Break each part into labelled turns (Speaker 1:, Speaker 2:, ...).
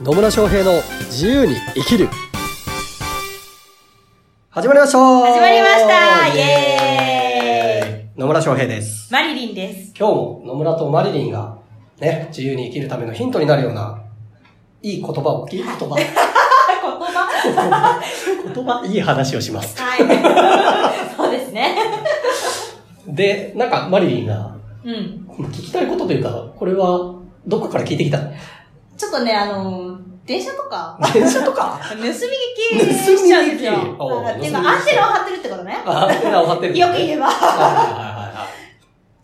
Speaker 1: 野村翔平の自由に生きる始まりました
Speaker 2: 始まりましたイエーイ
Speaker 1: イ野村翔平です
Speaker 2: マリリンです。
Speaker 1: 今日も野村とマリリンがね自由に生きるためのヒントになるようないい言葉をいい言 葉
Speaker 2: はい、言葉
Speaker 1: 言葉いい話をします
Speaker 2: はい。そうですね。
Speaker 1: でなんかマリリンが
Speaker 2: うん。
Speaker 1: 聞きたいことというかこれはどこから聞いてきたの
Speaker 2: ちょっとね、あの、電車とか、
Speaker 1: 電車とか
Speaker 2: 盗み聞きしちゃうんですよ。
Speaker 1: 盗み聞きおう
Speaker 2: あっていうか
Speaker 1: 盗み聞き
Speaker 2: アンテナを張ってるってことね。
Speaker 1: あアンテナを張ってるんだ
Speaker 2: よく
Speaker 1: ね
Speaker 2: 言えば。
Speaker 1: は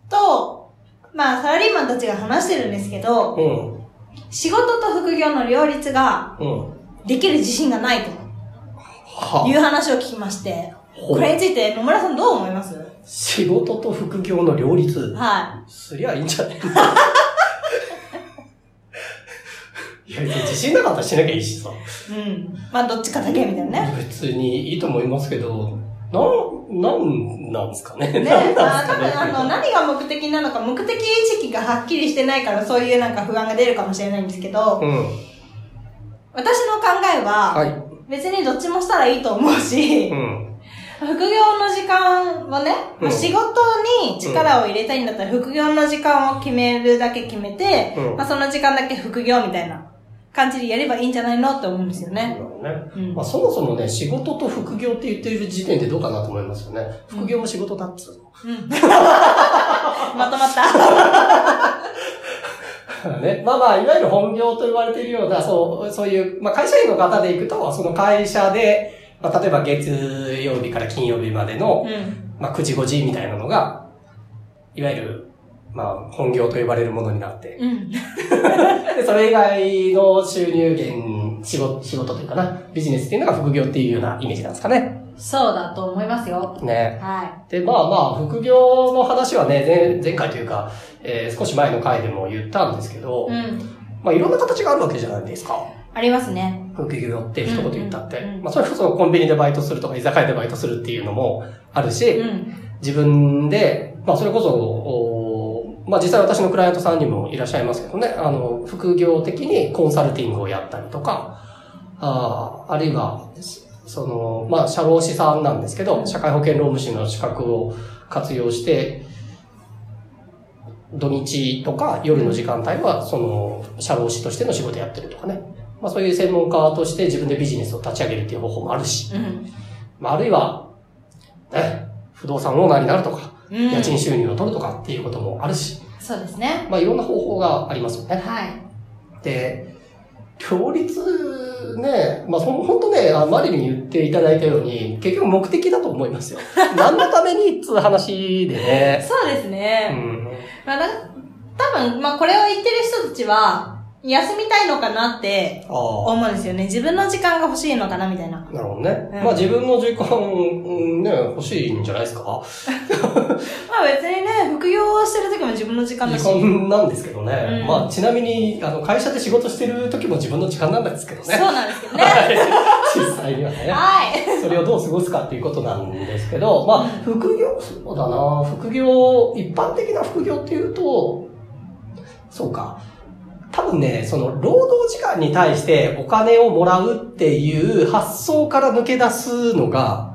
Speaker 2: と、まあ、サラリーマンたちが話してるんですけ
Speaker 1: い
Speaker 2: ど、
Speaker 1: はいはいはい
Speaker 2: 仕事と副業の両立が
Speaker 1: うんうん
Speaker 2: できる自信がないとい
Speaker 1: は
Speaker 2: う話を聞きまして、
Speaker 1: ほ
Speaker 2: こ
Speaker 1: う
Speaker 2: れについて野村さんどう思います
Speaker 1: 仕事と副業の両立
Speaker 2: は
Speaker 1: すりゃいいん じゃないいやいや自信なかったらしなきゃいいしさ
Speaker 2: い。うん。まあ、どっちかだけみたいなね。
Speaker 1: 別にいいと思いますけどなんなんなんですかね
Speaker 2: ね、
Speaker 1: なん
Speaker 2: ま
Speaker 1: な
Speaker 2: あ
Speaker 1: ん
Speaker 2: 多
Speaker 1: です
Speaker 2: 分
Speaker 1: か
Speaker 2: あ
Speaker 1: ね
Speaker 2: の何が目的なのか目的意識がはっきりしてないからそういうなんか不安が出るかもしれないんですけど
Speaker 1: うん
Speaker 2: 私の考え
Speaker 1: は
Speaker 2: はい別にどっちもしたらいいと思うし
Speaker 1: うん
Speaker 2: 副業の時間はね、
Speaker 1: う
Speaker 2: まあ
Speaker 1: ん
Speaker 2: 仕事に力を入れたいんだったら副業の時間を決めるだけ決めて、
Speaker 1: うん
Speaker 2: まあ、その時間だけ副業みたいな感じでやればいいんじゃないのって思うんですよ
Speaker 1: な
Speaker 2: ね。
Speaker 1: るほどね
Speaker 2: うん
Speaker 1: まあ、そもそもね、仕事と副業って言っている時点でどうかなと思いますよね。副業も仕事だっつうの。
Speaker 2: うん、 まと まった。
Speaker 1: ね、まあまあ、いわゆる本業と言われているような、そう、そういう、まあ会社員の方で行くと、その会社で、まあ例えば月曜日から金曜日までの、
Speaker 2: うん
Speaker 1: まあ9時5時みたいなのが、いわゆる、まあ本業と呼ばれるものになって、
Speaker 2: うん
Speaker 1: で、それ以外の収入源、仕事、仕事というかな、ビジネスっていうのが副業っていうようなイメージなんですかね。
Speaker 2: そうだと思いますよ。
Speaker 1: ね。
Speaker 2: はい。
Speaker 1: で、まあまあ、副業の話はね、前前回というか、えー少し前の回でも言ったんですけど、
Speaker 2: うん。
Speaker 1: まあいろんな形があるわけじゃないですか。
Speaker 2: ありますね。
Speaker 1: 副業って一言言ったって。
Speaker 2: うんうんうん
Speaker 1: まあそれこそコンビニでバイトするとか、居酒屋でバイトするっていうのもあるし、
Speaker 2: うん。
Speaker 1: 自分で、まあそれこそ、おまあ実際私のクライアントさんにもいらっしゃいますけどね、あの、副業的にコンサルティングをやったりとか、あーあるいは、そその、まあ社労士さんなんですけど、社会保険労務士の資格を活用して、土日とか夜の時間帯は、その、社労士としての仕事やってるとかね。まあそういう専門家として自分でビジネスを立ち上げるっていう方法もあるし、
Speaker 2: うん。
Speaker 1: まああるいは、ね、不動産オーナーになるとか、
Speaker 2: うん
Speaker 1: 家賃収入を取るとかっていうこともあるし、
Speaker 2: そうですね。
Speaker 1: まあいろんな方法がありますよね。
Speaker 2: はい。
Speaker 1: で、両立ね、まあその本当ね、あマリリンに言っていただいたように、結局目的だと思いますよ。 何のためにっつう話でね。
Speaker 2: そうです
Speaker 1: う
Speaker 2: ね。
Speaker 1: ん。
Speaker 2: まあ、だ多分、まあ、これを言ってる人たちは、休みたいのかなって
Speaker 1: ああ。
Speaker 2: 思うんですよね。自分の時間が欲しいのかなみたいな。
Speaker 1: なるほどね。
Speaker 2: うん
Speaker 1: まあ自分の時間、うんね、欲しいんじゃないですか。
Speaker 2: まあ、別にね、副業をしてる時も自分の時間だし。
Speaker 1: 時間なんですけどね。
Speaker 2: うん
Speaker 1: まあちなみに、あの、会社で仕事してる時も自分の時間なんですけど
Speaker 2: そ う
Speaker 1: ね。
Speaker 2: なんですけどね。
Speaker 1: はい実際にはね。
Speaker 2: はい。
Speaker 1: それをどう過ごすかっていうことなんですけど、まあ、副業、そうだな、副業、一般的な副業っていうと、そうか。多分ね、その、労働時間に対してお金をもらうっていう発想から抜け出すのが、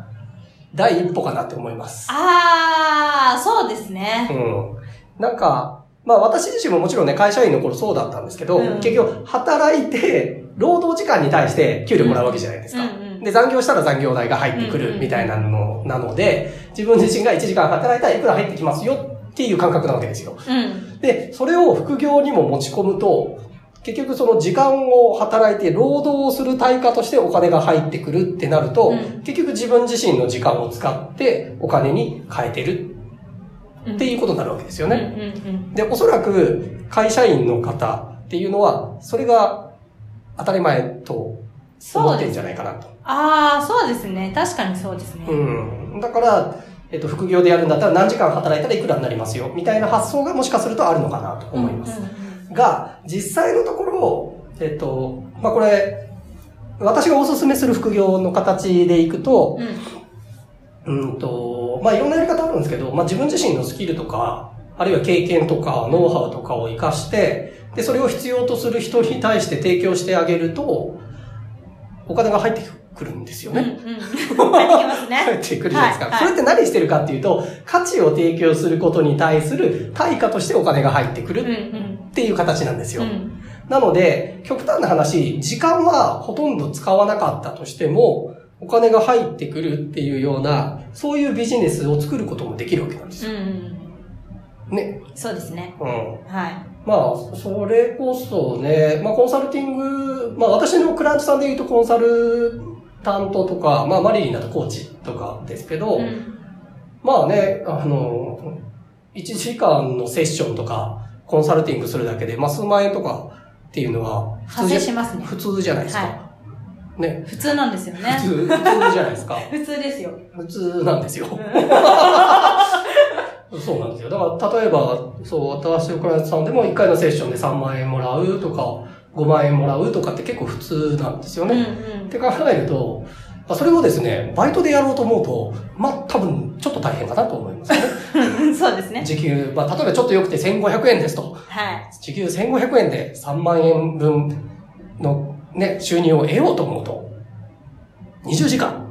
Speaker 1: 第一歩かなって思います。
Speaker 2: あー、そうです
Speaker 1: う
Speaker 2: ね。
Speaker 1: ん。なんか、まあ私自身ももちろんね、会社員の頃そうだったんですけど、
Speaker 2: うん
Speaker 1: 結局、働いて、労働時間に対して給料もらうわけじゃないです
Speaker 2: うん
Speaker 1: か。
Speaker 2: うん。
Speaker 1: で、残業したら残業代が入ってく
Speaker 2: うんう
Speaker 1: る
Speaker 2: ん
Speaker 1: みたいなのなので、自分自身が1時間働いたらいくら入ってきますよっていう感覚なわけですよ。
Speaker 2: うん。
Speaker 1: で、それを副業にも持ち込むと、結局その時間を働いて労働をする対価としてお金が入ってくるってなると、
Speaker 2: うん
Speaker 1: 結局自分自身の時間を使ってお金に変えてる
Speaker 2: うん。
Speaker 1: っていうことになるわけですよ
Speaker 2: うんう
Speaker 1: ね。
Speaker 2: ん
Speaker 1: で、おそらく会社員の方っていうのは、それが当たり前と
Speaker 2: そ
Speaker 1: 思
Speaker 2: う
Speaker 1: って
Speaker 2: で
Speaker 1: るん
Speaker 2: す。
Speaker 1: じゃないかなと。
Speaker 2: あー、そうですね。確かにそうですね。
Speaker 1: うん。だから、えっと、副業でやるんだったら何時間働いたらいくらになりますよ、みたいな発想がもしかするとあるのかなと思います。
Speaker 2: うんうん
Speaker 1: が、実際のところ、えっと、まあ、これ、私がおすすめする副業の形でいくと、
Speaker 2: うん。
Speaker 1: うんと、まあ、いろんなやり方あるんですけど、まあ、自分自身のスキルとか、あるいは経験とか、ノウハウとかを活かして、で、それを必要とする人に対して提供してあげると、お金が入ってくるんですよ
Speaker 2: うんう
Speaker 1: ね。
Speaker 2: ん。 入ってきますね。
Speaker 1: 入ってくるじゃないですか、
Speaker 2: はいはい
Speaker 1: それって何してるかっていうと、価値を提供することに対する対価としてお金が入ってく
Speaker 2: う
Speaker 1: る
Speaker 2: んうん。
Speaker 1: っていう形なんですよ。
Speaker 2: うん
Speaker 1: なので、極端な話、時間はほとんど使わなかったとしても、お金が入ってくるっていうような、そういうビジネスを作ることもできるわけなんです
Speaker 2: う
Speaker 1: よ。
Speaker 2: ん。
Speaker 1: ね。
Speaker 2: そうですね。
Speaker 1: うん。
Speaker 2: は
Speaker 1: まあ、それこそね、まあコンサルティング、まあ私のクライアントさんで言うとコンサル担当とか、まあマリリンだとコーチとかですけど、
Speaker 2: い。うん
Speaker 1: まあね、あの、1時間のセッションとか、コンサルティングするだけで、まあ数万円とかっていうのは普
Speaker 2: 発
Speaker 1: 通
Speaker 2: 生
Speaker 1: じ
Speaker 2: しま
Speaker 1: ゃ、
Speaker 2: すね。
Speaker 1: 普通じゃないですか。
Speaker 2: は
Speaker 1: ね。
Speaker 2: 普通なんですよ
Speaker 1: 普
Speaker 2: ね。
Speaker 1: 通、普通じゃないですか。
Speaker 2: 普通ですよ。
Speaker 1: 普通なんです よ。そうなんですよ。だから、例えば、そう、私のクライアントさんでも1回のセッションで3万円もらうとか、5万円もらうとかって結構普通なんですよ
Speaker 2: うんう
Speaker 1: ね。っ
Speaker 2: ん。
Speaker 1: て考えると、まあそれをですね、バイトでやろうと思うと、まあ、多分、ちょっと大変かなと思いますね。
Speaker 2: そうですね。
Speaker 1: 時給、まあ、例えばちょっと良くて1500円ですと。
Speaker 2: はい。
Speaker 1: 時給1500円で3万円分のね、収入を得ようと思うと、20時間。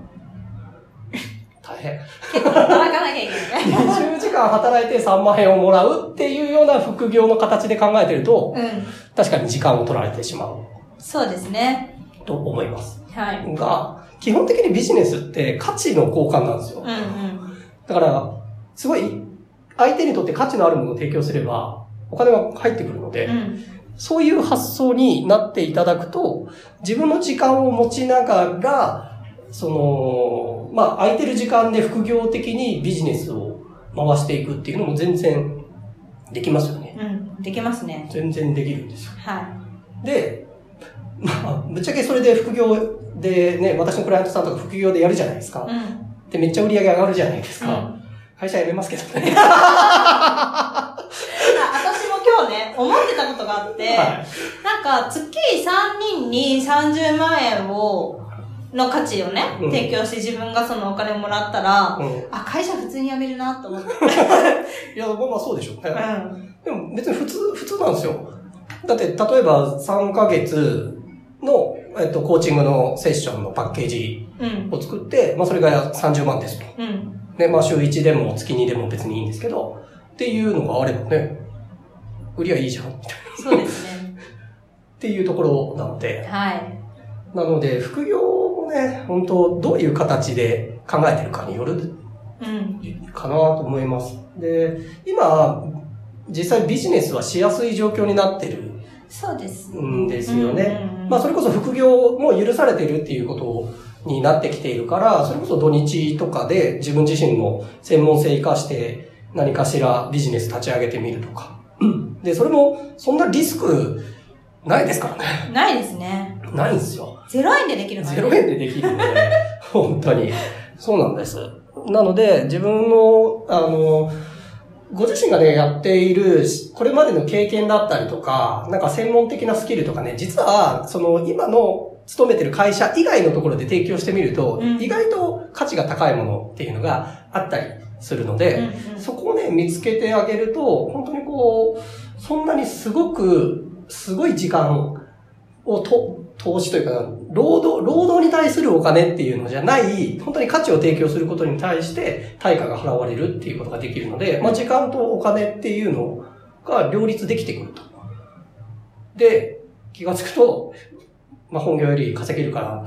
Speaker 1: 大変。
Speaker 2: 結構働かなきゃいけないね。
Speaker 1: 20時間働いて3万円をもらうっていうような副業の形で考えてると、
Speaker 2: う。
Speaker 1: 確かに時間を取られてしまうん
Speaker 2: そうですね。
Speaker 1: と思います。
Speaker 2: はい。
Speaker 1: が、基本的にビジネスって価値の交換なんですよ
Speaker 2: うん。うん。
Speaker 1: だから、すごい、相手にとって価値のあるものを提供すれば、お金は入ってくるので、
Speaker 2: うん。
Speaker 1: そういう発想になっていただくと、自分の時間を持ちながら、その、まあ、空いてる時間で副業的にビジネスを回していくっていうのも全然できますよね。
Speaker 2: うん。できますね。
Speaker 1: 全然できるんですよ。
Speaker 2: は
Speaker 1: で、まあ、ぶっちゃけそれで副業でね、私のクライアントさんとか副業でやるじゃないです
Speaker 2: い。
Speaker 1: か。
Speaker 2: うん。
Speaker 1: で、めっちゃ売り上げ上がるじゃないです
Speaker 2: うん
Speaker 1: か。会社辞めますけどね。
Speaker 2: 私も今日ね、思ってたことがあって、
Speaker 1: はい
Speaker 2: なんか月3人に30万円を、の価値をね、
Speaker 1: うん
Speaker 2: 提供して自分がそのお金をもらったら、
Speaker 1: うん
Speaker 2: あ、会社普通に辞めるなと思って。
Speaker 1: いや、まあまあそうでしょうね。
Speaker 2: ん。
Speaker 1: でも別に普通、普通なんですよ。だって、例えば3ヶ月の、えっと、コーチングのセッションのパッケージ
Speaker 2: うん。
Speaker 1: を作って、まあそれが30万ですと。
Speaker 2: うん。
Speaker 1: ね、まあ週1でも月2でも別にいいんですけど、っていうのがあればね、売りはいいじゃん、みたいな。
Speaker 2: そうですね。
Speaker 1: っていうところなので。
Speaker 2: はい。
Speaker 1: なので、副業もね、本当どういう形で考えてるかによる
Speaker 2: うん。
Speaker 1: かなと思います。で、今、実際ビジネスはしやすい状況になってる
Speaker 2: そうです。
Speaker 1: んですよね。
Speaker 2: うんうんうん
Speaker 1: まあ、それこそ副業も許されてるっていうことになってきているから、それこそ土日とかで自分自身の専門性活かして何かしらビジネス立ち上げてみるとか。で、それもそんなリスクないですからね。
Speaker 2: ないですね。
Speaker 1: ないんですよ。
Speaker 2: 0円でできるから
Speaker 1: 0円でできるんで、 本当に。そうなんです。なので、自分の、あの、ご自身がね、やっている、これまでの経験だったりとか、なんか専門的なスキルとかね、実は、その、今の勤めてる会社以外のところで提供してみると、
Speaker 2: うん
Speaker 1: 意外と価値が高いものっていうのがあったりするので、
Speaker 2: うんうん
Speaker 1: そこをね、見つけてあげると、本当にこう、そんなにすごく、すごい時間をと投資というか、労働、労働に対するお金っていうのじゃない、本当に価値を提供することに対して対価が払われるっていうことができるので、まあ時間とお金っていうのが両立できてくると。で、気がつくと、まあ本業より稼げるから、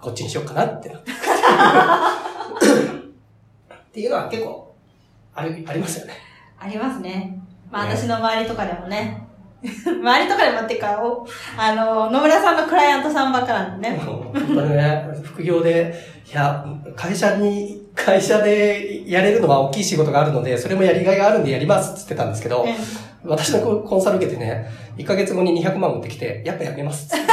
Speaker 1: こっちにしようかなって なって。っていうのは結構あり、ありますよね。
Speaker 2: ありますね。まあ、
Speaker 1: ね
Speaker 2: 私の周りとかでもね。 周りとかでもっていうか、おあの、野村さんのクライアントさんばっかなんでね。
Speaker 1: 本当にね、副業で、いや、会社に、会社でやれるのは大きい仕事があるので、それもやりがいがあるんでやりますって言ってたんですけど、私のココンサル受けてね、1ヶ月後に200万持ってきて、やっぱやめますっつって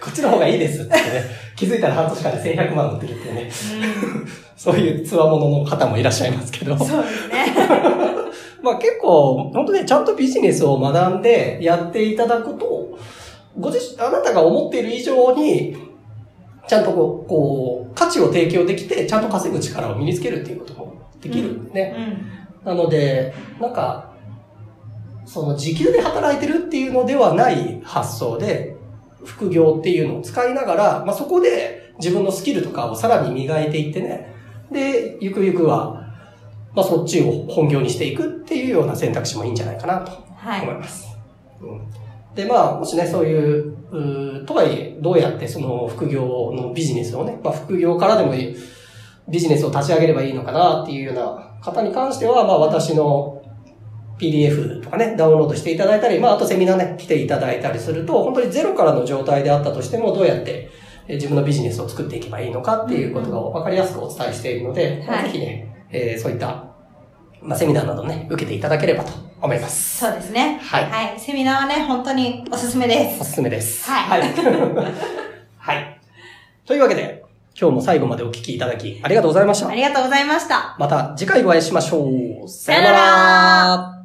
Speaker 1: こっちの方がいいですって言ってね、気づいたら半年間で1100万持ってるっていうね、そういうつわものの方もいらっしゃいますけど
Speaker 2: うん、。そうですね。
Speaker 1: まあ結構、本当ね、ちゃんとビジネスを学んでやっていただくと、ご自身、あなたが思っている以上に、ちゃんとこう、こう、価値を提供できて、ちゃんと稼ぐ力を身につけるっていうこともできるんでね。
Speaker 2: うん
Speaker 1: なので、なんか、その時給で働いてるっていうのではない発想で、副業っていうのを使いながら、まあ、そこで自分のスキルとかをさらに磨いていってね、で、ゆくゆくは、まあ、そっちを本業にしていくっていうような選択肢もいいんじゃないかなと
Speaker 2: はい
Speaker 1: 思い。ます。うんで、まあ、もしね、そういう、うーとはいえ、どうやってその副業のビジネスをね、まあ、副業からでもいい、ビジネスを立ち上げればいいのかなっていうような方に関しては、まあ、私の PDF とかね、ダウンロードしていただいたり、まあ、あとセミナーね、来ていただいたりすると、本当にゼロからの状態であったとしても、どうやってえー自分のビジネスを作っていけばいいのかっていうことを分かりやすくお伝えしているので、まあ
Speaker 2: はい
Speaker 1: ぜひね、えーそういった、まあ、セミナーなどね、受けていただければと思います。
Speaker 2: そうですね。
Speaker 1: はい
Speaker 2: はい。セミナーはね、本当におすすめです。
Speaker 1: おすすめです。。
Speaker 2: は い
Speaker 1: はい。というわけで、今日も最後までお聞きいただき、ありがとうございました
Speaker 2: あ。りがとうございました。
Speaker 1: また次回お会いしましょう。さ
Speaker 2: さよなら
Speaker 1: ら。